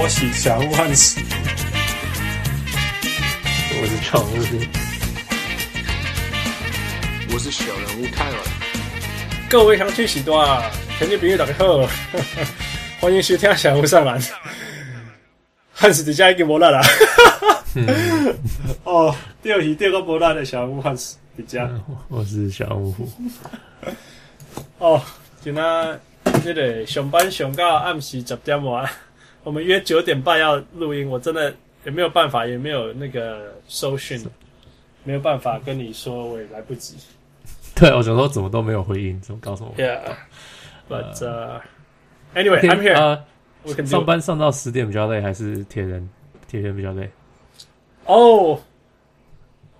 我喜祥万喜，我是常务，我是小人物泰尔，各位乡亲喜多啊！全球朋友大家好，欢迎收听《小屋上篮》。汉斯底下已经无力啦，哦，钓鱼钓个无力的小屋汉斯底下。 我是小五虎， 哦，今仔这个上班上到暗时十点完，我们约九点半要录音，我真的也没有办法，也没有那个收讯，没有办法跟你说，我也来不及。对我想说怎么都没有回应，怎么告诉我 Yeah, but uh, anyway, Okay， I'm here. 呃 We can do 上班上到十点比较累，还是铁人铁人比较累？哦，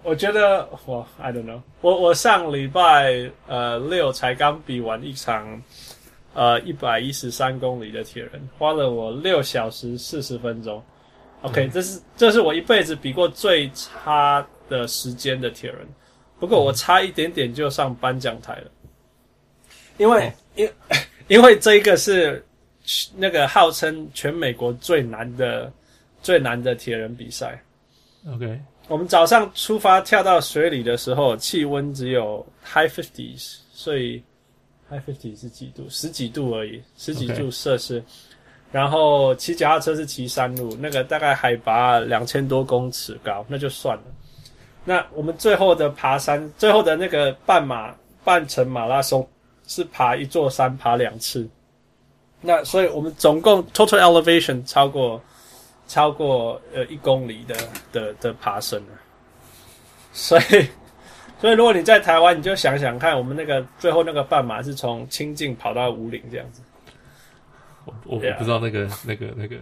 我觉得我 I don't know，我我上礼拜呃六才刚比完一场呃一百一十三公里的铁人，花了我六小时四十分钟。OK，、这是这是我一辈子比过最差的时间的铁人，不过我差一点点就上颁奖台了，因为因 因为这一个是那个号称全美国最难的最难的铁人比赛。 OK，我们早上出发跳到水里的时候，气温只有 high fifties，所以 high fifties 是几度？十几度而已，十几 OK 度摄氏。然后骑脚踏车是骑山路，那个大概海拔两千多公尺高，那就算了。那我们最后的爬山，最后的那个半马半程马拉松是爬一座山，爬两次。那所以我们总共 total elevation 超过超过呃一公里的的的爬升了。所以， 所以如果你在台湾，你就想想看，我们那个最后那个半马是从清境跑到五岭这样子，我我我 Yeah 不知道那个那个那个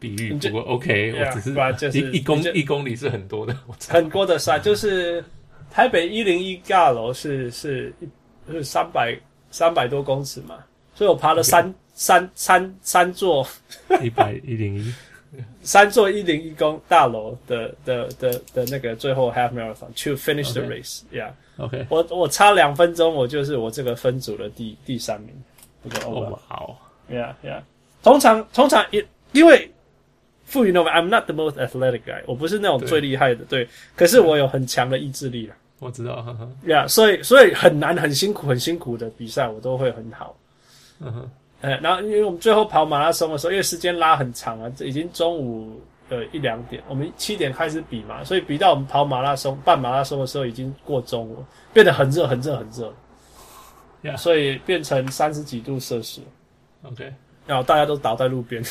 比喻，你这不过 OK， Yeah，我只不然就是是一一公你这一公里是很多的，我 知道很多的山，就是台北一零一大楼是是一是三百三百多公尺嘛，所以我爬了三三三三座一百一零一三座一零一公大楼的的的的那个最后 half marathon to finish the OK race，yeah。 OK，我我差两分钟，我就是我这个分组的第第三名，我就哦 over 了。哇哦 Yeah, yeah. 通常通常也因为傅宇 you know I'm not the most athletic guy，我不是那种对最厉害的，对。可是我有很强的意志力啊。我知道，呵呵 Yeah，所以所以很难、很辛苦、很辛苦的比赛，我都会很好。嗯哼，呃，然后因为我们最后跑马拉松的时候，因为时间拉很长啊，这已经中午呃一两点，我们七点开始比嘛，所以比到我们跑马拉松、半马拉松的时候已经过中午了，变得很热、很热、很热 Yeah 所以变成三十几度摄氏， OK，然后大家都倒在路边。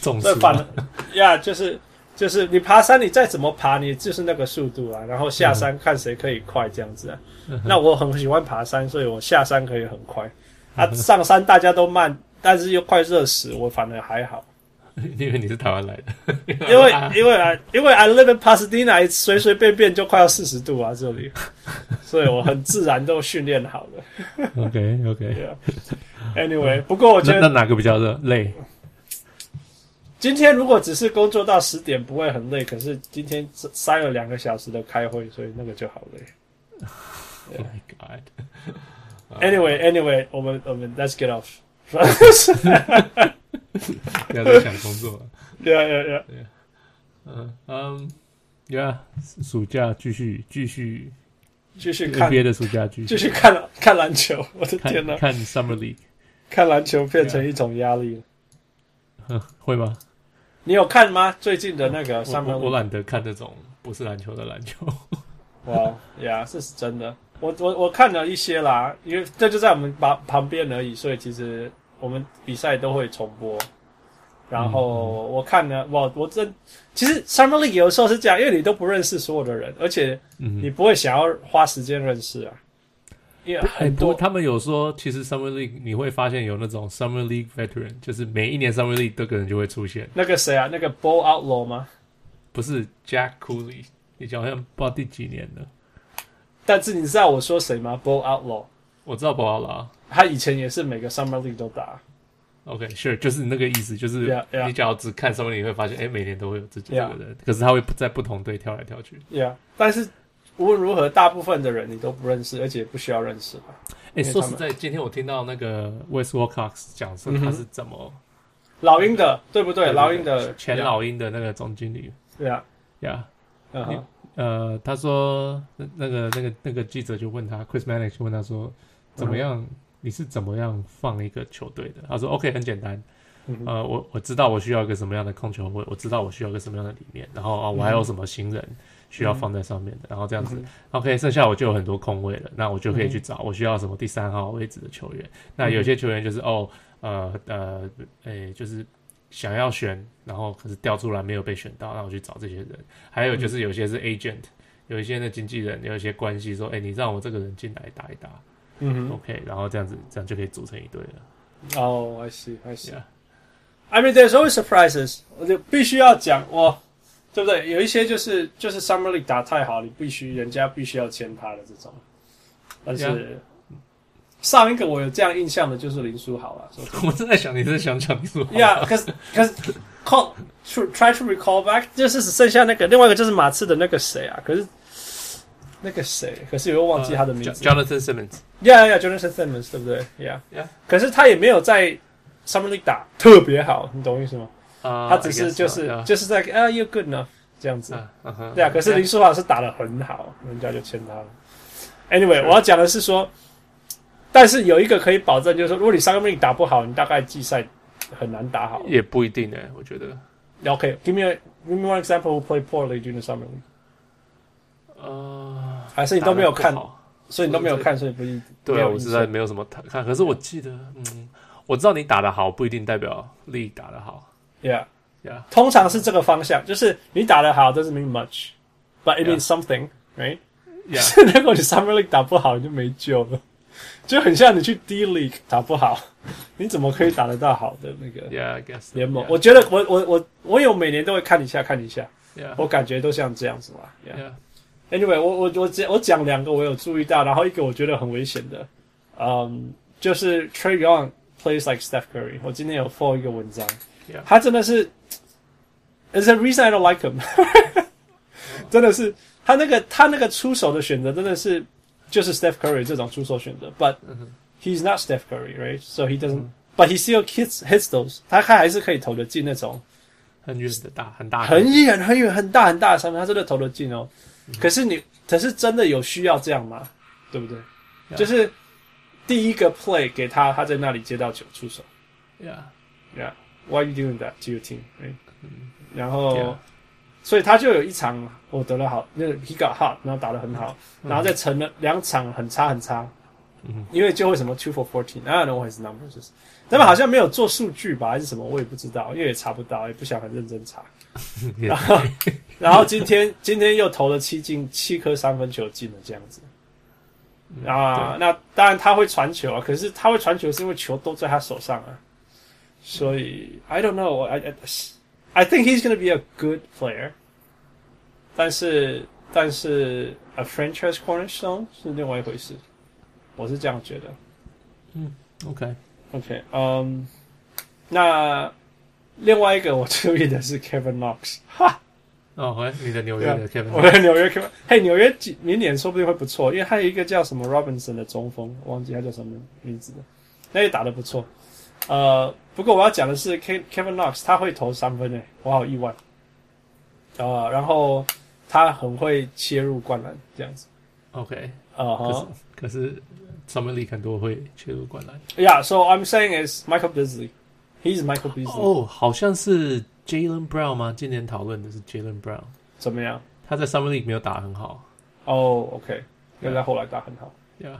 重视那反吗呀就是就是你爬山，你再怎么爬，你就是那个速度啊，然后下嗯山看谁可以快这样子啊。那我很喜欢爬山，所以我下山可以很嗯快啊，上山大家都慢，但是又快热死，我反而还 好， 因为你是台湾 来的，因为因为啊，因为 I live in Pasadena，随随便便就快要四十度啊这 里，所以我很自然都训练好了。 OK OK，Yeah. Anyway，不过我觉那那得哪个比较热？累？今天如果只是工作到十点不会很累，可是今天塞了两个小时的开会，所以那个就好累。 Oh my God， Anyway, anyway，我们我们 let's get off 。 不要再想工作了。 yeah, yeah, yeah. 嗯嗯，Yeah，暑假继续继续继续看， NBA 的暑假继继续续看看篮球。我的看天 哪，看 Summer League 看篮球变成一种压力了。呵嗯会吗？你有看吗？最近的那个我三分我我懒得看那种不是篮球的篮球。哇呀，这是真的。我我我看了一些啦，因为这就在我们旁旁边而已，所以其实我们比赛都会重播。然后我看了，哇，我这其实 Summer League 有时候是这样，因为你都不认识所有的人，而且你嗯，不会想要花时间认识啊，因为哎很不过多他们有说，其实 Summer League 你会发现有那种 Summer League veteran，就是每一年 Summer League 都可能就会出现，那个谁啊，那个 Ball Outlaw 吗？不是 Jack Cooley，你好像不知道第几年了。但是你知道我说谁吗？Ball Outlaw，我知道博拉拉他以前也是每个 Summer League 都打。 ，OK，Sure，就是那个意思，就是 Yeah, yeah. 你只要只看 Summer League 你会发现，哎，每年都会有这这 Yeah. 个人，可是他会在不同队跳来跳去。 Yeah，但是无论如何，大部分的人你都不认识，而且不需要认识吧。哎、因为说他实们在，今天我听到那个 Wes Wilcox 讲说嗯哼他是怎么、老鹰的，对不对？对老鹰的前，老鹰的那个总经理对啊，呀。嗯哼呃，他说那那个那个那个记者就问他，Chris Mannix 就问他说，怎么嗯样？你是怎么样放一个球队的？他说 OK，很简单，嗯哼呃，我我知道我需要一个什么样的控球位，我知道我需要一个什么样的理念，然后啊，我还嗯有什么新人需要放在上面的，然后这样子、o k 剩下我就有很多空位了，那我嗯就可以去找我需要什么第三号位置的球员。那有些球员就是哦，呃呃，诶、就是想要选，然后可是调出来没有被选到，那我去找这些人。还嗯有就是有些是 agent，、有一些的经纪人有一些关系说，哎、你让我这个人进来打一打、嗯 o k 然后这样子这样就可以组成一队了。 哼哦，I see, I see. Yeah. I mean, there's always surprises. 我就必须要讲，我对不对？有一些就是就是 Summer League 打太好，你必须人家必须要签他的这种。但是 Yeah. 上一个我有这样印象的就是林书豪了。啊说真的我正在想你是想讲什么 yeah, because because call to try to recall back，就是只剩下那个，另外一个就是马刺的那个谁啊？可是那个谁，可是我又忘记他的名字。呃 Jonathan Simmons。 Yeah, yeah, Jonathan Simmons，对不对？Yeah, Yeah. 可是他也没有在 Summer League 打特别好，你懂我意思吗？啊他只是就是就是在啊，you good enough 这样子。对啊，可是林书豪是打的很好，人家就签他了。Anyway，是我要讲的是说，但是有一个可以保证，就是说，如果你三个命打不好，你大概季赛很难打好。也不一定呢，我觉得。 OK，give、me a, give me one example who play poorly during the summer league。呃，还是你 都没有看打得，不好所以你都没有看，所以不一对没啊，有我印实象在没有什么看。可是我记得，嗯，我知道你打的好，不一定代表力打的好 yeah。呀。通常是这个方向，就是你打得好，doesn't mean much，but it Yeah. means something，right？ Yeah. 是如果你 Summer League 打不好，你就没救了，就很像你去 D League 打不好，你怎么可以打得到好的那个 Yeah, I guess 联盟我觉得我我我我有每年都会看一下看一下， Yeah, 我感觉都像这样子嘛。Yeah. yeah, Anyway，我我我只我讲两个我有注意到，然后一个我觉得很危险的，嗯，就是 Trey Young plays like Steph Curry。我今天有 follow 一个文章 Yeah. 他真的是，There's a reason I don't like him 真的是他那个他那个出手的选择真的是就是 Steph Curry 这种出手选择，But 嗯哼 he's not Steph Curry，right？So he doesn't，、嗯 but he still hits hits those，他他还是可以投得进那种。很远的大，很大，很远很远很大很大的商品，他真的投得进哦。嗯可是你，可是真的有需要这样吗？对不对 Yeah. 就是第一个 play 给他，他在那里接到球出手 Yeah, ，Yeah，Why you doing that to your team？、right? 嗯 然后 Yeah. 所以他就有一场我得了好，那个 he got hot，然后打得很好，然后再成了两场很差很差。嗯因为就会什么 two for fourteen，I don't know what his numbers is，他们好像没有做数据吧，还是什么，我也不知道，因为也查不到，也不想很认真查。 Yeah. 然后今天今天又投了七进七颗三分球进了这样子嗯啊，那当然他会传球啊，可是他会传球是因为球都在他手上啊，所以 I don't know I I I think he's gonna be a good player，但是但是 a franchise cornerstone 是另外一回事，我是这样觉得。对 OK， OK，嗯、那另外一个我注意的是 Kevin Knox，哈。哦，喂，你的纽约的啊我 Kevin，在纽约 Q，嘿，纽约几明年说不定会不错，因为他有一个叫什么 Robinson 的中锋，我忘记他叫什么名字了，那也打得不错。呃，不过我要讲的是 Ke- Kevin Knox，他会投三分诶、我好意外。呃，然后他很会切入灌篮这样子。 OK，呃、可 huh 是可是 Summer League 很多会切入灌篮。 Yeah，so I'm saying is Michael Beasley，he's Michael Beasley，、哦，好像是 Jalen Brown 吗？今年讨论的是 Jalen Brown，怎么样？他在 Summer League 没有打很好。哦、o k 因为他后来打很好。 Yeah，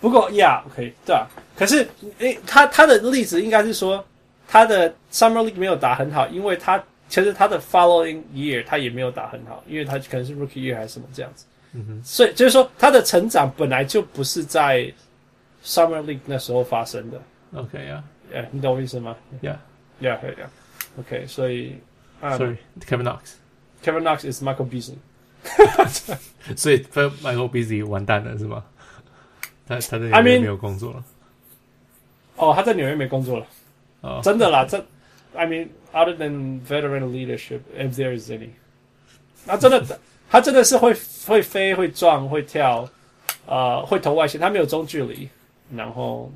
不过，Yeah，OK，、对啊。可是，诶、他他的例子应该是说，他的 Summer League 没有打很好，因为他其实他的 Following Year 他也没有打很好，因为他可能是 Rookie Year 还是什么这样子。嗯哼，所以就是说，他的成长本来就不是在 Summer League 那时候发生的。 OK，Yeah，Yeah，呃、你懂我意思吗？Yeah，Yeah，OK，、所以啊、 sorry Kevin Knox， k e v i n Knox is Michael Beasley。所以 Michael Busy 完蛋了是吗？他他在 I 纽 mean- 约没有工作了。 哦，他在纽约没工作了， 哦，真的啦，这 I mean other than veteran leadership if there is any，那真的 他真的是会会飞会撞会跳，呃，会投外线，他没有中距离，然后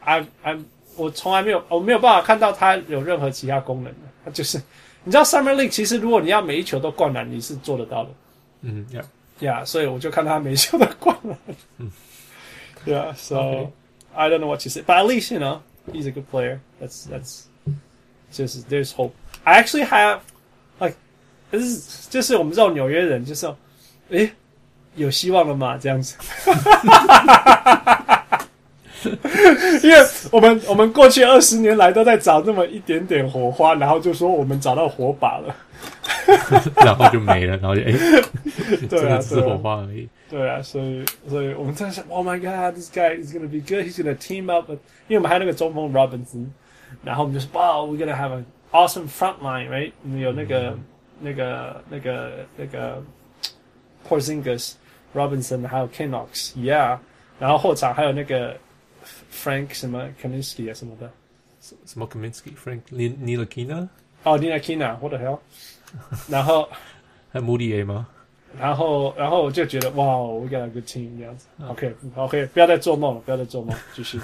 I I 我从来没有，我没有办法看到它有任何其他功能的。它就是，你知道 Summer League 其实如果你要每一球都灌篮，你是做得到的嗯，Yeah，呀。Yeah, 所以我就看他每一球都灌篮。Yeah, so Okay. I don't know what you say, but at least you know he's a good player. That's that's just there's hope. I actually have like this is 就是我们这种纽约人，就是诶、有希望了吗？这样子。 因为我们我们过去二十年来都在找那么一点点火花，然后就说我们找到火把了。 然后就没了，然后就哎， 真对啊，的只是对火啊，花而已。对啊，所以所以我们在想，Oh my God, this guy is gonna be good. He's gonna team up. With, 因为我们还有那个中锋 Robinson，然后我们就说，Wow, we're gonna have an awesome front line, right？我们有那个、那个那个那个 Porzingis、Robinson 还有 Knox, yeah。然后后场还有那个 Frank 什么 Kaminsky 啊什么的。什么 Kaminsky、Frank、Ni Nilakina 哦，Nina Kina，what the hell？然后还有 Moody A 吗？然后，然后我就觉得哇，we got a good team 这样子。OK，OK，、不要再做梦了，不要再做梦，继续。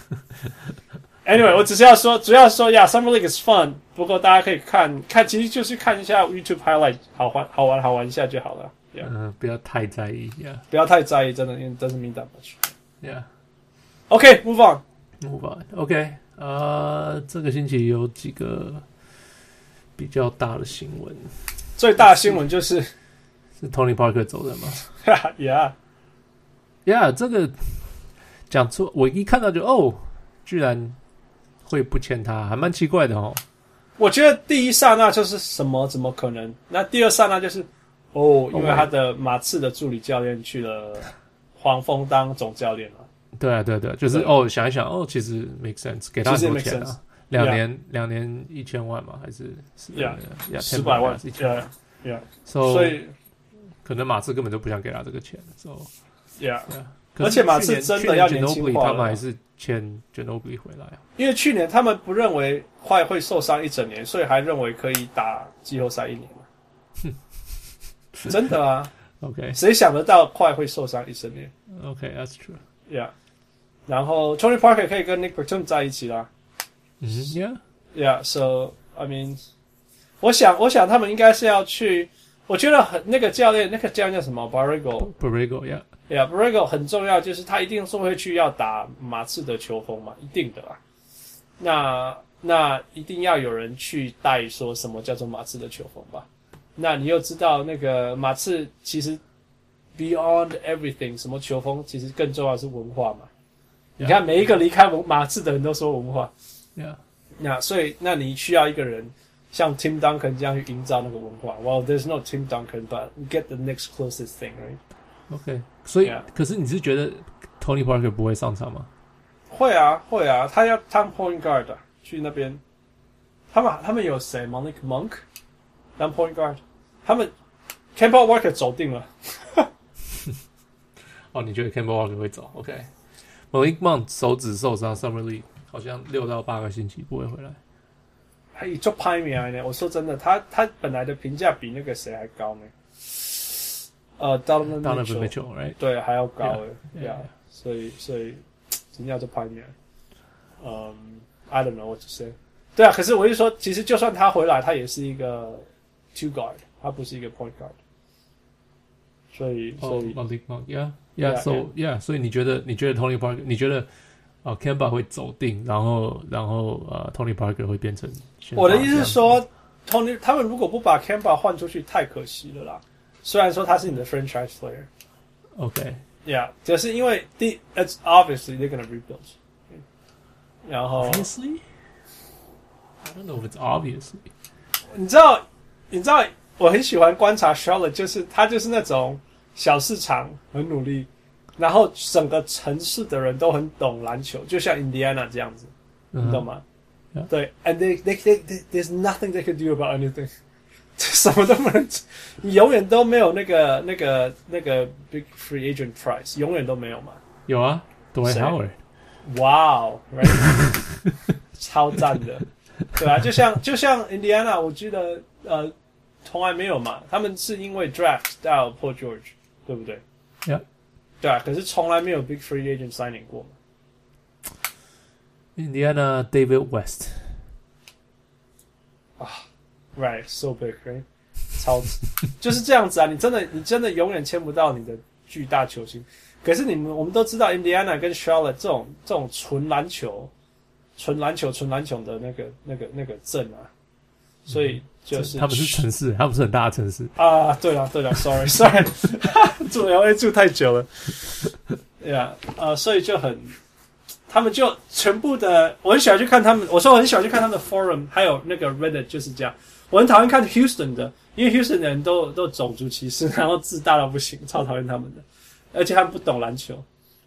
Anyway，我只是要说，主要说呀，Summer League is fun，不过大家可以看看，其实就是看一下 YouTube highlight，好玩好玩好玩一下就好了。Yeah，、嗯，不要太在意，Yeah 不要太在意，真的，因为 doesn't mean that much。 Yeah。 OK，move、on。 Move on. OK，呃，这个星期有几个比较大的新闻，最大的新闻就是 是 Tony Parker 走人吗哈哈，Yeah， ？Yeah，这个讲错，我一看到就哦，居然会不签他，还蛮奇怪的哦。我觉得第一刹那就是什么怎么可能？那第二刹那就是哦，因为他的马刺的助理教练去了黄蜂当总教练了。对啊，对啊对啊，就是对哦，想一想，哦，其实 make sense，给他其实很多 make 钱 sense 啊，两 Yeah 年两年一千万嘛，还是 Yeah，呀十百万一千万， ，Yeah，所所以以可能马刺根本就不想给他这个钱，so。 ，Yeah，可而是且马去刺年真去的年要 Ginobili 年轻化他了们还是签 Ginobili 回来啊。因为去年他们不认为快会受伤一整年，所以还认为可以打季后赛一年。真的 啊， OK 谁想得到快会受伤一整年 OK that's true。 ？Yeah，然后 Tony Parker 可以跟 Nick Batum 在一起啦。嗯，Yeah Yeah，so I mean，我想，我想他们应该是要去。我觉得很那个教练，那个教练叫什么 b a r r i g o Borrego Yeah y e a h b a r r i g o 很重要，就是他一定是会去要打马刺的球风嘛，一定的啦。那那一定要有人去带说什么叫做马刺的球风吧？那你又知道那个马刺其实 beyond everything 什么球风，其实更重要的是文化嘛。你看每一个离开文马刺的人都说文化， Yeah 那所以，那你需要一个人像 Tim Duncan 这样去营造那个文化。Well, there's no Tim Duncan, but you get the next closest thing, right? OK。所以 Yeah 可是你是觉得 Tony Parker 不会上场吗？会啊，会啊，他要当 point guard 啊去那边。他们他们有谁？Malik Monk 当 point guard，他们 c a m p b e l Walker 走定了。哦，你觉得 Campbell Walker 会走？OK。Malik Monk 手指受伤，Summer League 好像六到八个星期不会回来。哎，就拍米来呢？我说真的，他他本来的评价比那个谁还高呢？呃，Donovan Donovan Mitchell， Mitchell right？对，还要高哎。 Yeah, yeah，所以所以真的要做排面。嗯、i don't know what to say。对啊，可是我就说，其实就算他回来，他也是一个 two guard，他不是一个 point guard。所以哦所以、 ，Malik Monk Yeah Yeah, Yeah，so Yeah，所以你觉得你觉得 Tony Parker 你觉得？哦 c a m b a 会走定，然后，然后，呃，Tony Parker 会变成先发我的意思是这样说，Tony 他们如果不把 Campa 换出去，太可惜了啦。虽然说他是你的 franchise player，yeah，子，OK，只是因为第 it's obviously they're gonna rebuild，然后 Obviously? I don't know if it's obviously. 你知道，你知道，我很喜欢观察 Charlotte，就是他就是那种小市场很努力，然后整个城市的人都很懂篮球，就像 Indiana 这样子，你懂吗嗯 Yeah. 对，and they they, they they there's nothing they can do about anything，什么都不能，你永远都没有那个那个那个 big free agent price，永远都没有嘛。有啊，Dwight 谁 Howard，哇哦，right，超 赞的，对啊，就像就像 Indiana，我记得呃从来没有嘛，他们是因为 draft 到 Paul George，对不对 Yeah 对啊，可是从来没有 big free agent signing 过嘛。 Indiana David West， Right, so big, right？超就是这样子啊！你真的，你真的永远签不到你的巨大球星。可是你们，我们都知道，Indiana 跟 Charlotte 这种这种纯篮球、纯篮球、纯篮球的那个、那个、那个镇啊，所以就是嗯他们是城市，他们是很大的城市。啊，对了对了，sorry sorry，住 L A 住太久了，对啊，呃，所以就很，他们就全部的，我很喜欢去看他们，我说我很喜欢去看他们的 forum，还有那个 Reddit 就是这样，我很讨厌看 Houston 的，因为 Houston 的人都都种族歧视，然后自大到不行，超讨厌他们的，而且他们不懂篮球，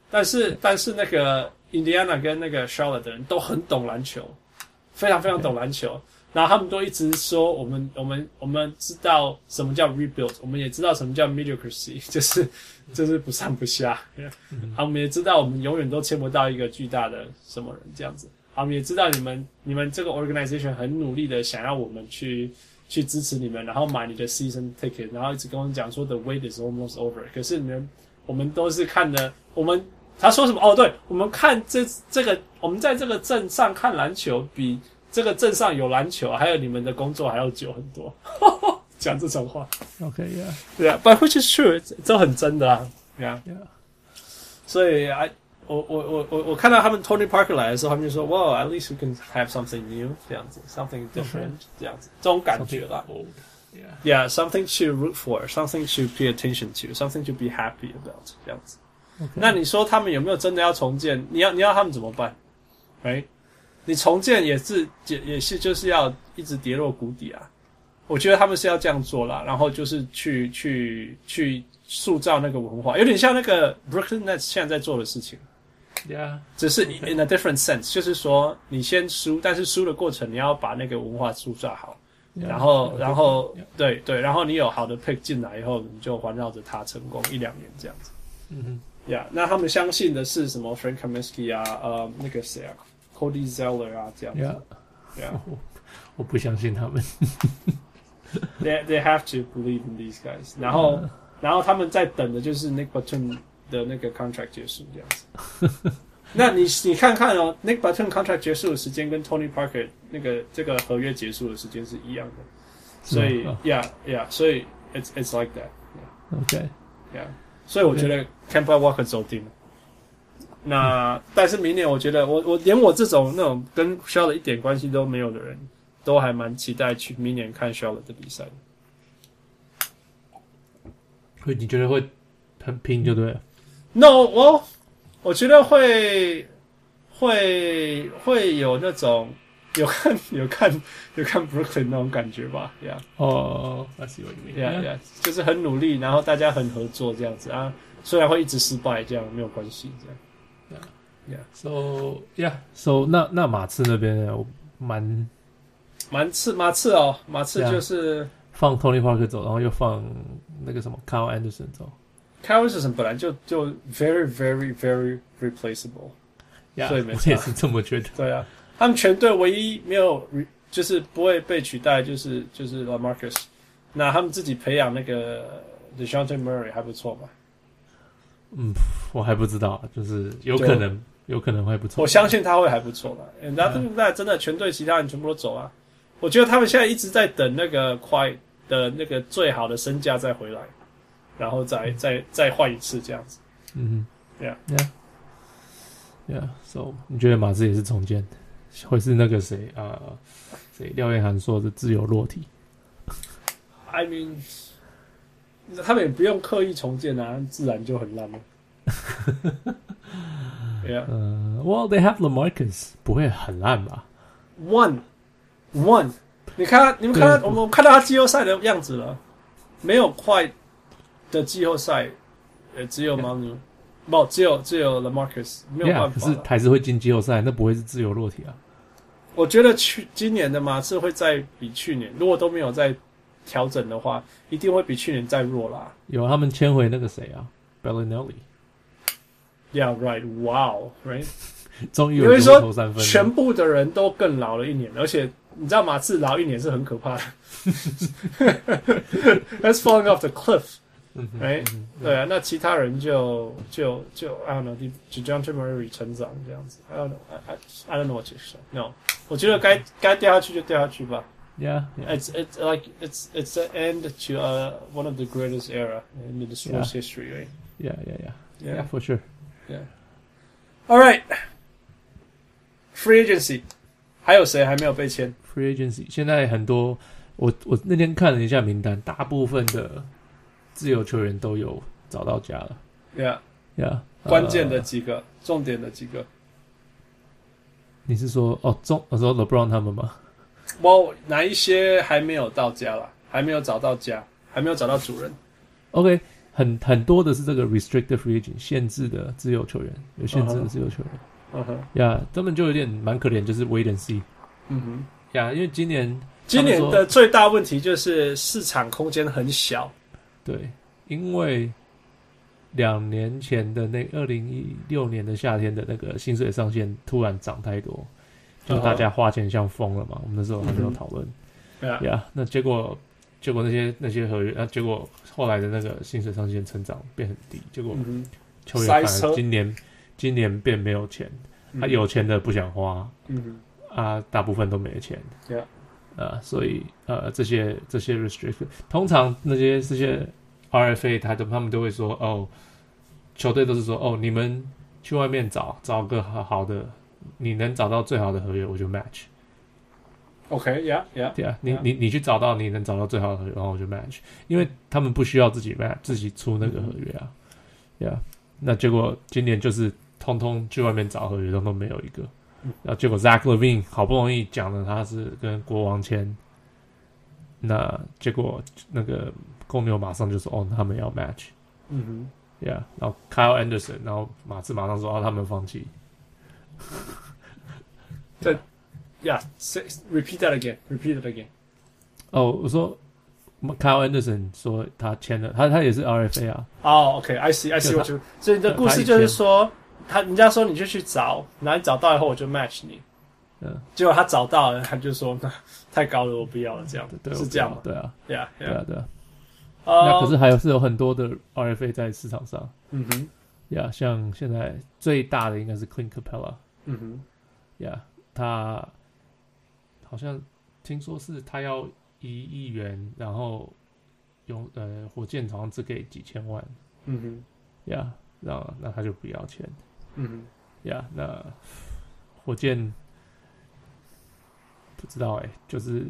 但是但是那个 Indiana 跟那个 Charlotte 的人都很懂篮球，非常非常懂篮球。然后他们都一直说我们我们我们知道什么叫 rebuild，我们也知道什么叫 mediocrity，就是 就是不上不下。他们也知道我们永远都签不到一个巨大的什么人这样子。他们也知道你们你们这个 organization 很努力的想要我们去去支持你们，然后买你的 season ticket，然后一直跟我们讲说 the wait is almost over，可是你们我们都是看的我们。他说什么？哦，对，我们看这这个，我们在这个镇上看篮球比这个镇上有篮球，还有你们的工作还要久很多。 讲这种话， OK，yeah，yeah，、对啊，But which is true，这这很真的啊，对啊。所以，I 我我我我我看到他们 Tony Parker 来的时候，他们就说，Wow，at least we can have something new，这样子，something different，、这样子，这种感觉啦。Yeah，something to root for，something to pay attention to，something to be happy about，这样子。那你说他们有没有真的要重建？你要你要他们怎么办？哎，你重建也是也也是就是要一直跌落谷底啊。我觉得他们是要这样做啦，然后就是去去去塑造那个文化，有点像那个 Brooklyn Nets 现在在做的事情， yeah, 只是 in a different sense，就是说你先输，但是输的过程你要把那个文化塑造好。 yeah, 然后 yeah,，然后 yeah，对对，然后你有好的 pick 进来以后，你就环绕着它成功一两年这样子。嗯哼呀那他们相信的是什么？Frank Kaminsky 啊，呃，那个谁啊，Cody Zeller 啊，这样子。 ，yeah， Yeah. 我我不相信他们。 They they have to believe in these guys。然后，然后他们在等的就是 Nick Batum 的那个 contract 结束这样子。 那你你看看哦，Nick Batum contract 结束的时间跟 Tony Parker 那个这个合约结束的时间是一样的，所以是吗 yeah yeah，所以 it's it's like that。 OK， Yeah，所以我觉得 Campbell Walker 走定了。那但是明年我觉得我我连我这种那种跟 s h a l 一点关系都没有的人，都还蛮期待去明年看 s h a l 的比赛的。会你觉得会很拼就对了。 No，我我觉得会会会有那种有看有看有看 Brooklyn 那种感觉吧，Yeah。哦、i see what you mean. yeah, yeah，就是很努力，然后大家很合作这样子啊。虽然会一直失败，这样没有关系，这样。 So yeah, so 那那马刺那边呢，我蛮马刺马刺哦，马刺 Yeah 就是放 Tony Parker 走，然后又放那个什么 Carl Anderson 走。 Kyle Richardson 本来就就 very very very replaceable，呀对没我错也是这么觉得。对啊，他们全队唯一没有 re- 就是不会被取代就是就是 LaMarcus，那他们自己培养那个 Dejounte Murray 还不错吧？嗯，我还不知道，就是有对可能，有可能会不错。我相信他会还不错吧。And after that，真的全队其他人全部都走啊，我觉得他们现在一直在等那个快的那个最好的身价再回来，然后再再再换一次这样子。嗯哼 Yeah ，Yeah Yeah So 你觉得马刺也是重建，会是那个谁啊？呃谁廖彦涵说的自由落体？ I mean，他们也不用刻意重建啊，自然就很烂了。yeah, 啊呃，Well they have LaMarcus，不会很烂吧？ one, one，你看他，你们看他，对我们看到他季后赛的样子了，没有快的季后赛，呃，只有 Yeah. 盲牛，不，只有只有 LaMarcus，没有 Yeah，办可法是了。还是会进季后赛，那不会是自由落体啊？我觉得去今年的马刺会再比去年，如果都没有再调整的话，一定会比去年再弱啦。有他们签回那个谁啊，Bellinelli， Yeah, right. Wow, right. 终于因有为机说会投三分全了。部的人都更老了一年，而且你知道马刺老一年是很可怕的。That's falling off the cliff。哎、对啊，那其他人就就就 I don't know，就 John Murray 成长这样子，I don't know，I I, I don't know 我解释，No，我觉得该该掉下去就掉下去吧。 Yeah, yeah. It's it's like it's it's the end to uh one of the greatest era in the sports history, right? Yeah, yeah, yeah. Yeah. Yeah, for sure. All right. Free agency，还有谁还没有被签？ Free agency 现在很多，我我那天看了一下名单，大部分的自由球员都有找到家了。 Yeah， Yeah，关键的呃几个，重点的几个。你是说哦中，我说 LeBron 他们吗？我哪一些还没有到家啦？还没有找到家，还没有找到主人。 OK，很很多的是这个 restricted free agent 限制的自由球员，有限啊制的自由球员。嗯哼，呀，他们就有点蛮可怜，就是 wait and see。嗯哼。呀，因为今年今年他们的说最大问题就是市场空间很小。对，因为两年前的那二零一六年的夏天的那个薪水上限突然涨太多，就嗯哼大家花钱像疯了嘛。我们那时候还没有嗯哼讨论。对啊，呀、那结果结果那些那些合约，那、结果后来的那个薪水上限成长变很低，结果嗯哼，球员反塞车而今年今年变没有钱，他、Uh, 有钱的不想花嗯哼，啊，大部分都没钱。 Yeah 呃，所以呃，这些这些 restriction，通常那些这些 RFA，他都他们都会说哦，球队都是说哦，你们去外面找找个好好的，你能找到最好的合约，我就 match。 OK，Yeah，Yeah，对啊，你 Yeah. 你你去找到你能找到最好的合约，然后我就 match，因为他们不需要自己嗯 match 自己出那个合约啊，对啊，那结果今年就是通通去外面找合约，通通没有一个，嗯然后结果 Zach Levine 好不容易讲了他是跟国王签，那结果那个公牛马上就说哦他们要 match，嗯哼，对啊，然后 Kyle Anderson，然后马刺马上说哦他们放弃，嗯 Yeah，Repeat that again，Repeat that again。哦我说 Kyle Anderson 说他签了，他他也是 RFA 啊，哦、o k i see, I see 就 what you。所以你的故事就是说，他人家说你就去找，然后你找到以后我就 match 你，嗯。结果他找到了，他就说 那太高了，我不要了，这样对，是这样吗对啊， ？Yeah, 对 yeah. 啊，对啊。那那可是还有是有很多的 RFA 在市场上嗯哼，呀像现在最大的应该是 Clint Capella 嗯哼，呀、他好像听说是他要一亿元，然后用呃火箭好像只给几千万嗯哼，呀那那他就不要钱嗯哼。呀那火箭不知道哎、就是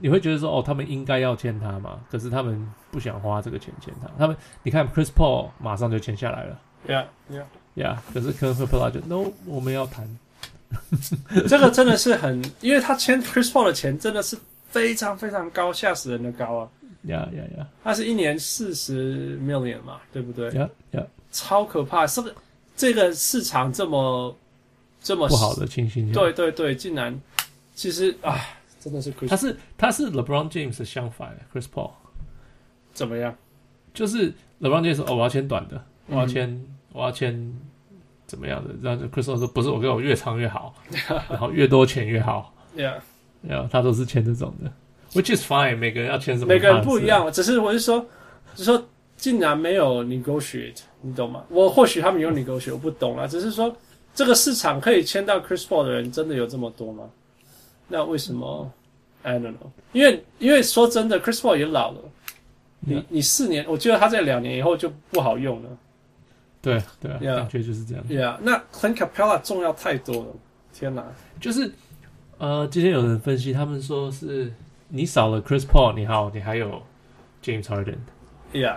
你会觉得说哦，他们应该要签他嘛，可是他们不想花这个钱签他。他们你看 Chris Paul 马上就签下来了 Yeah, yeah. 呀可是 Ken h p e l a 就 No，我们要谈。这个真的是很，因为他签 Chris Paul 的钱真的是非常非常高，吓死人的高啊！呀呀呀他是一年四十 million 嘛，对不对？呀呀，超可怕，是不是？这个市场这么这么不好的情形下。哦对，对对，竟然其实啊，真的是 Chris 他是他是 LeBron James 的相反，Chris 欸 Paul 怎么样？就是 LeBron James 说哦，我要签短的，我要嗯签、我要签怎么样的？然后就 Chris Paul 说不是，我跟我越长越好， 然后越多钱越好。 Yeah，然后他都是签这种的，which is fine，每个人要签什么，每个人不一。样，只是我是说，只是说竟然没有 negotiate，你懂吗？我或许他们有 negotiate，我不懂啊，只是说这个市场可以签到 Chris Paul 的人真的有这么多吗？那为什么？I don't know，因为因为说真的，Chris Paul 也老了。你 Yeah 你四年，我觉得他在两年以后就不好用了。对对啊， Yeah 感觉就是这样。 Yeah，那 Clint Capella 重要太多了。天哪！就是呃，之前有人分析，他们说是你少了 Chris Paul，你好，你还有 James Harden。 Yeah，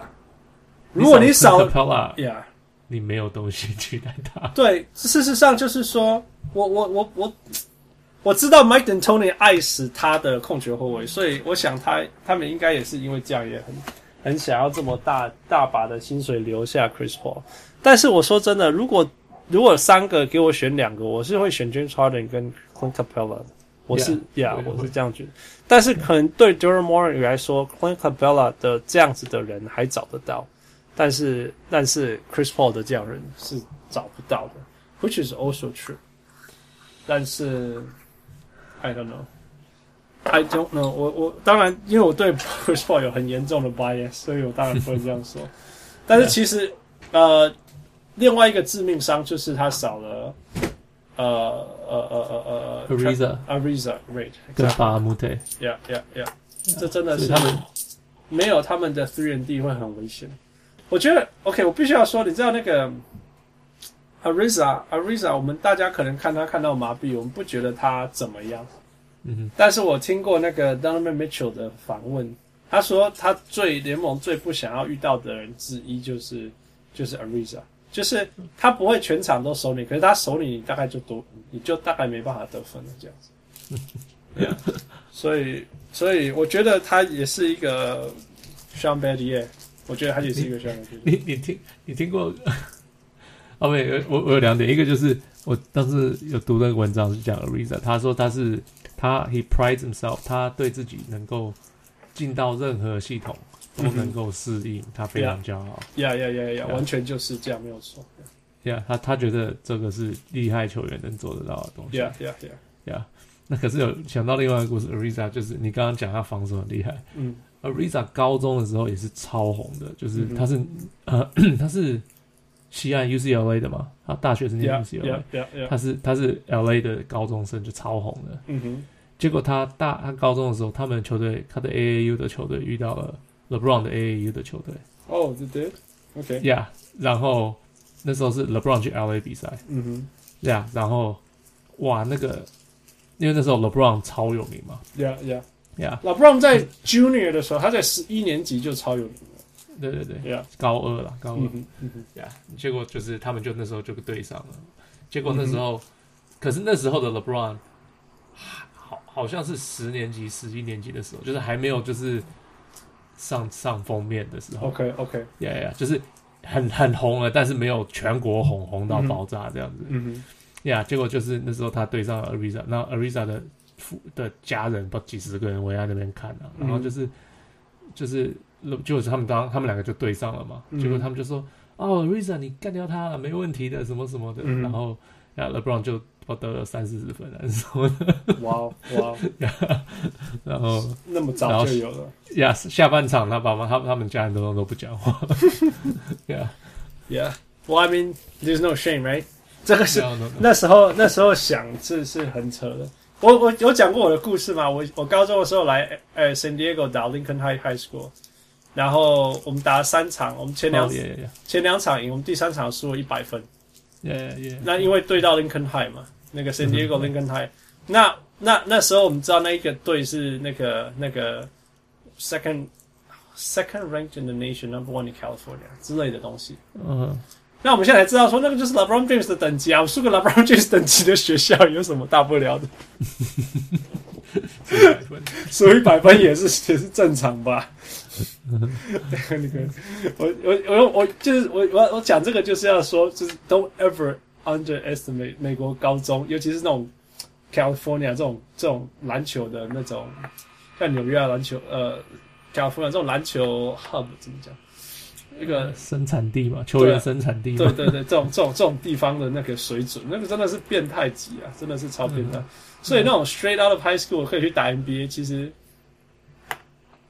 如果你少 p e l a Yeah，你没有东西取代他。对，事实上就是说，我我我我我知道 Mike and Tony 爱死他的控球后卫，所以我想他他们应该也是因为这样也很很想要这么大大把的薪水留下 Chris Paul。但是我说真的，如果如果三个给我选两个，我是会选 James Harden 跟 Clint Capella 的。我是 Yeah， yeah，我也我会是这样觉得。但是可能对 d u r a m o r e 来说，Clint Capella 的这样子的人还找得到，但是但是 Chris Paul 的这样人是找不到的，which is also true。但是 I don't know。 I don't know 我。我当然，因为我对 Chris Paul 有很严重的 bias，所以我当然不会这样说。但是其实，呃，另外一个致命伤就是他少了，呃呃呃呃呃 Ariza Ariza Rate，跟巴穆特， yeah yeah yeah，这真的所以是他们没有他们的 three and D 会很危险。我觉得 OK，我必须要说，你知道那个 Ariza Ariza，我们大家可能看他看到麻痹，我们不觉得他怎么样。嗯但是我听过那个 Donovan Mitchell 的访问，他说他最联盟最不想要遇到的人之一就是就是 Ariza，就是他不会全场都守你，可是他守你，你大概就多，你就大概没办法得分了这样子。 对啊，所以所以我觉得他也是一个 Sean b a d i e 我觉得他也是一个 Sean b a d i e 你你听你听过？哦，没有，我我有两点，一个就是我当时有读那个文章是讲 Ariza，他说他是他 he prides himself，他对自己能够进到任何系统都能够适应，他非常骄傲。呀呀呀呀， Yeah 完全就是这样，没有错。 Yeah，他他觉得这个是厉害球员能做得到的东西。 Yeah yeah yeah， Yeah，那可是有想到另外一个故事，Ariza 就是你刚刚讲他防守很厉害嗯，Ariza 高中的时候也是超红的，就是嗯哼他是、呃 他是西岸 UCLA 的嘛，他大学是念，Yeah UCLA，、 yeah yeah 他 yeah，是他是 LA 的高中生，就超红的。嗯哼，结果他大他高中的时候，他们球队他的 AAU 的球队遇到了 LeBron 的 AAU 的球队哦，They did，OK， ，Yeah，然后那时候是 LeBron 去 LA 比赛。嗯哼对啊，然后哇，那个因为那时候 LeBron 超有名嘛， ，Yeah yeah。呀、老 Brown 在 Junior 的时候，他在十一年级就超有名了。对对对， Yeah，高二啦，高二嗯哼，嗯哼，呀、结果就是他们就那时候就对上了，结果那嗯时候，可是那时候的 LeBron 好好像是十年级、十一年级的时候，就是还没有就是上上封面的时候， OK OK，呀呀、就是很很红了，但是没有全国红红到嗯哼爆炸这样子，嗯呀结果就是那时候他对上了 Ariza，那 Ariza 的父的家人不几十个人围在那边看啊，嗯然后就是、就是就是他们当他们两个就对上了嘛，嗯结果他们就说哦 Ariza 你干掉他了没问题的什么什么的，嗯然后呀 LeBron 就不得了三四十分啊 什么的，哼，哇哦哇哦，然后那么早就有了。呀下半场他爸妈他他们家人都都不讲话， 呀 Yeah，Well I mean there's no shame right？这个是然后呢那时候那时候想是是很扯的。我我有讲过我的故事嘛？我我高中的时候来呃 San Diego 打 Lincoln High High School，然后我们打了三场，我们前两、哦耶耶前两场赢，我们第三场输了一百分。耶耶，那因为对到 Lincoln High 嘛，那个 San Diego 嗯 Lincoln High，、那那那时候我们知道那一个队是那个那个 second second ranked in the nation number one in California 之类的东西。嗯那我们现在才知道说那个就是 LeBron James 的等级啊，我输给 LeBron James 等级的学校有什么大不了的？所以百分也是也是正常吧。那个，我我我我就是我我我讲这个就是要说，就是 don't ever underestimate 美国高中，尤其是那种 California 这种这种篮球的那种，像纽约啊篮球，呃，California 这种篮球 hub 怎么讲？那个生产地嘛，球员生产地嘛，对对对，这种这种这种地方的那个水准，那个真的是变态级啊，真的是超变态。嗯所以那种 straight out of high school 可以去打 NBA，其实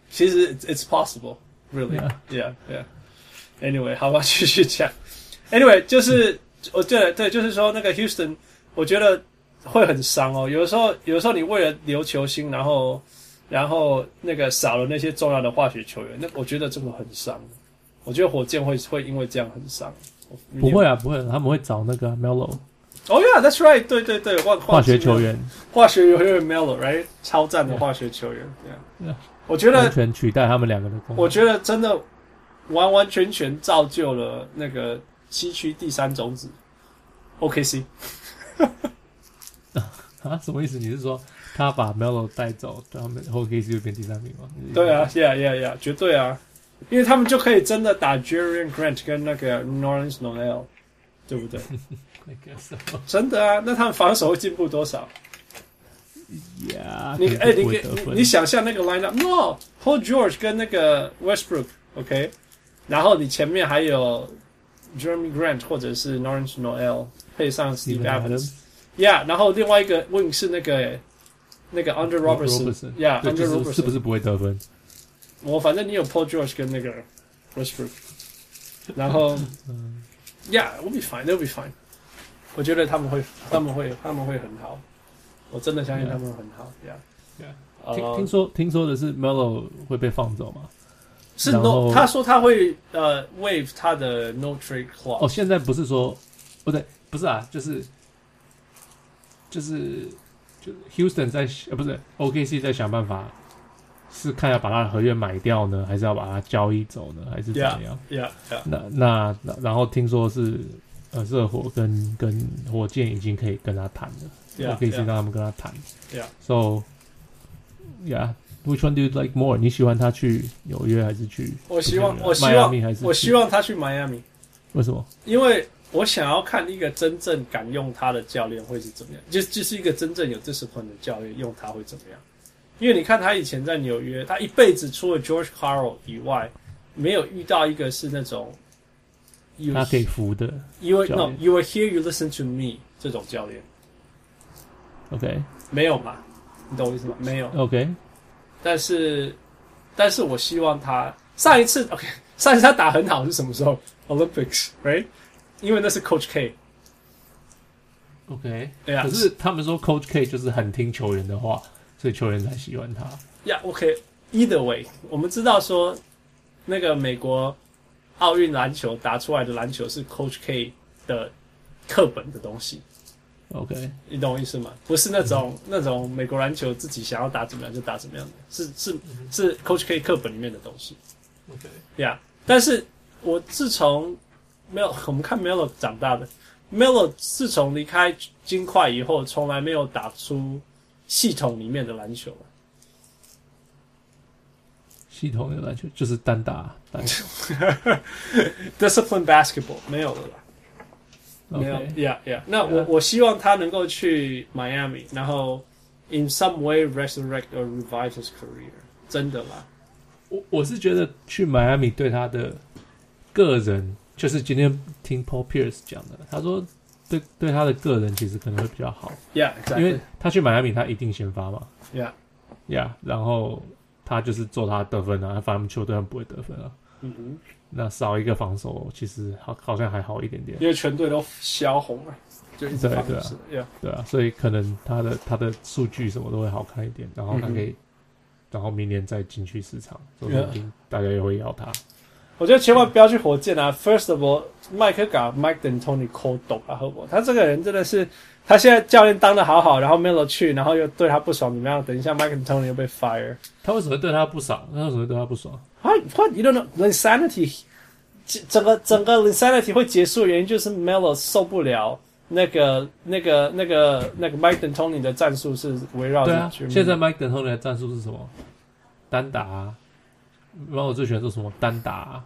其实 it's- it's possible really Yeah. yeah yeah。Anyway，好吧，继续讲。Anyway，就是我对对，就是说那个 Houston，我觉得会很伤哦。有的时候，有的时候你为了留球星，然后然后那个少了那些重要的化学球员，那我觉得这个很伤。我觉得火箭会会因为这样很伤。我不会啊，不会，他们会找那个 Melo 哦、yeah,，That's right，对对对，化化学球，员，化学球员 Melo，right，超赞的化学球员。对 Yeah. 啊，我觉得完全取代他们两个的功能。我觉得真的完完全全造就了那个西区第三种子 OKC。 啊，什么意思？你是说他把 Melo 带走，他们后 KC 就变第三名吗？对啊，，Yeah Yeah Yeah，绝对啊，因为他们就可以真的打 Jerian Grant 跟那个 Norris Noel，对 不对？那个 什么真的啊，那他们防守会进步多少？呀， 你哎、可你能不给会得你分你想象那个 lineup，no，Paul George 跟那个 Westbrook，OK，、然后你前面还有 Jeremy Grant 或者是 Norris Noel，配上 Steve Steven Adams，Yeah，然后另外一个 wing 是那个那个 Under Robertson Robertson，Yeah，Under 对，就是 Robertson，是不是不会得分？我反正你有 Paul George 跟那个 Westbrook，然后嗯，Yeah，we'll be fine，they'll be fine。我觉得他们会，他们会，他们会很好。我真的相信 Yeah. 他们会很好。Yeah，听呃听说听说的是 Melo 会被放走吗？是然 no，后他说他会呃 waive 他的 no trade 哦， clause。现在不是说不对，不是啊，就是就是就是 Houston 在呃不是 OKC 在想办法，是看要把他的合约买掉呢，还是要把他交易走呢，还是怎么样 Yeah，Yeah，那那那然后听说是呃热火跟跟火箭已经可以跟他谈了。我 Yeah，可以去 yeah. 让他们跟他谈。 Yeah. So, yeah. Which one do you like more？你喜欢他去纽约还是去？我希望，我希迈阿密还望是，去我希望他去迈阿密，为什么？因为我想要看一个真正敢用他的教练会是怎么样，就就是一个真正有 discipline 的教练用他会怎么样。因为你看他以前在纽约，他一辈子除了 George Carl 以外，没有遇到一个是那种 you 他可以服的。 you are, 教 no 练 you are here you listen to me 这种教练 OK 没有嘛？你懂我意思吗？没有。 OK 但是，但是我希望他上一次 OK，上一次他打很好是什么时候？Olympics，right？因为那是 Coach K， OK。对啊呀、可是他们说 Coach K 就是很听球员的话，所以球员才喜欢他。呀、yeah,，OK，either、way，我们知道说那个美国奥运篮球打出来的篮球是 Coach K 的课本的东西， OK 你懂我意思吗？不是那种、那种美国篮球自己想要打怎么样就打怎么样的，是是是 Coach K 课本里面的东西。 OK。呀、但是我自从 Mel 我们看 Melo 长大的，Melo 自从离开金块以后，从来没有打出系统里面的篮球。系统的篮球就是单打单打。 Discipline basketball 没有了啦， 没有 OK。 ，Yeah Yeah。那我 Yeah 我希望他能够去 Miami，然后 in some way resurrect or revive his career，真的啦。我我是觉得去迈阿密对他的个人，就是今天听 Paul Pierce 讲的，他说对对他的个人其实可能会比较好。 Yeah，因为他去迈阿密，他一定先发嘛 Yeah，呀然后他就是做他的得分啊，反正我们球队很不会得分啊，嗯哼，那少一个防守，其实好好像还好一点点，因为全队都消红了，就一直对放对啊是 Yeah，对啊，所以可能他的他的数据什么都会好看一点，然后他可以，然后明年再进去市场，说不定大家也会要他。我觉得千万不要去火箭啊！First of all，麦克嘎 Mike D'Antoni 抠懂啊，好不好？他这个人真的是，他现在教练当的好好，然后 Melo 去，然后又对他不爽，怎么样？等一下 Mike D'Antoni 又被 fire。他为什么会对他不爽？他为什么会对他不爽？ What what you don't know insanity？整整个整个 insanity 会结束的原因就是 Melo 受不了那个那个那个那个 Mike D'Antoni 的战术是围绕对着啊， Jimmy 现在 Mike D'Antoni 的战术是什么？单打、啊，然后我最喜欢做什么？单打、啊。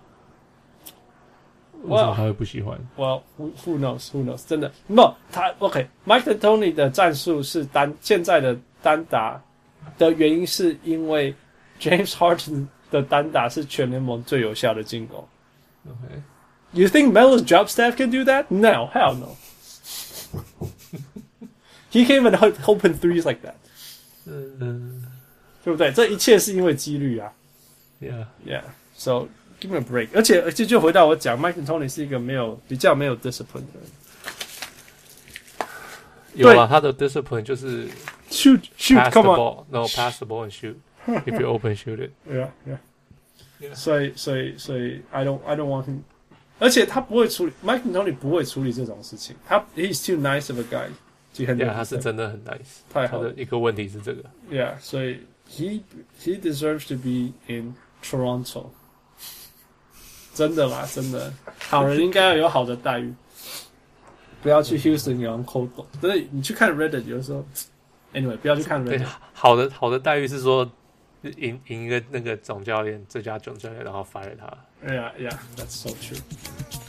为什么他会不喜欢？ Well, who who knows? Who knows? 真的，no，他 OK，Mike、a Tony 的战术是单现在的单打的原因，是因为 James Harden 的单打是全联盟最有效的进攻。 OK， You think Melo's job staff can do that? No, hell no. He can't even ho- open threes like that，嗯对不对？这一切是因为几率啊。 ，Yeah， Yeah, so give me a break. 而且而且就回到我讲，Mike Tony 是一个没有比较没有 discipline 的人。有啊，他的 discipline 就是 Shoot, shoot, pass the come on. ball，no pass the ball and shoot。If you open, shoot it。 Yeah, yeah. Yeah. 所以，所以，所以，I don't, I don't want him。而且他不会处理，Mike Tony 不会处理这种事情。他 he's too nice of a guy to handle. Yeah，他是真的很 nice。太他好的了。一个问题是这个。 Yeah，所以 he he deserves to be in Toronto。真的啦，真的，好人应该要有好的待遇，不要去 Houston 有人抠懂。所以你去看 Reddit，有的时候，anyway，不要去看对 Reddit。，好的好的待遇是说赢赢一个那个总教练，最佳总教练，然后 fire 他。 Yeah, yeah, that's so true.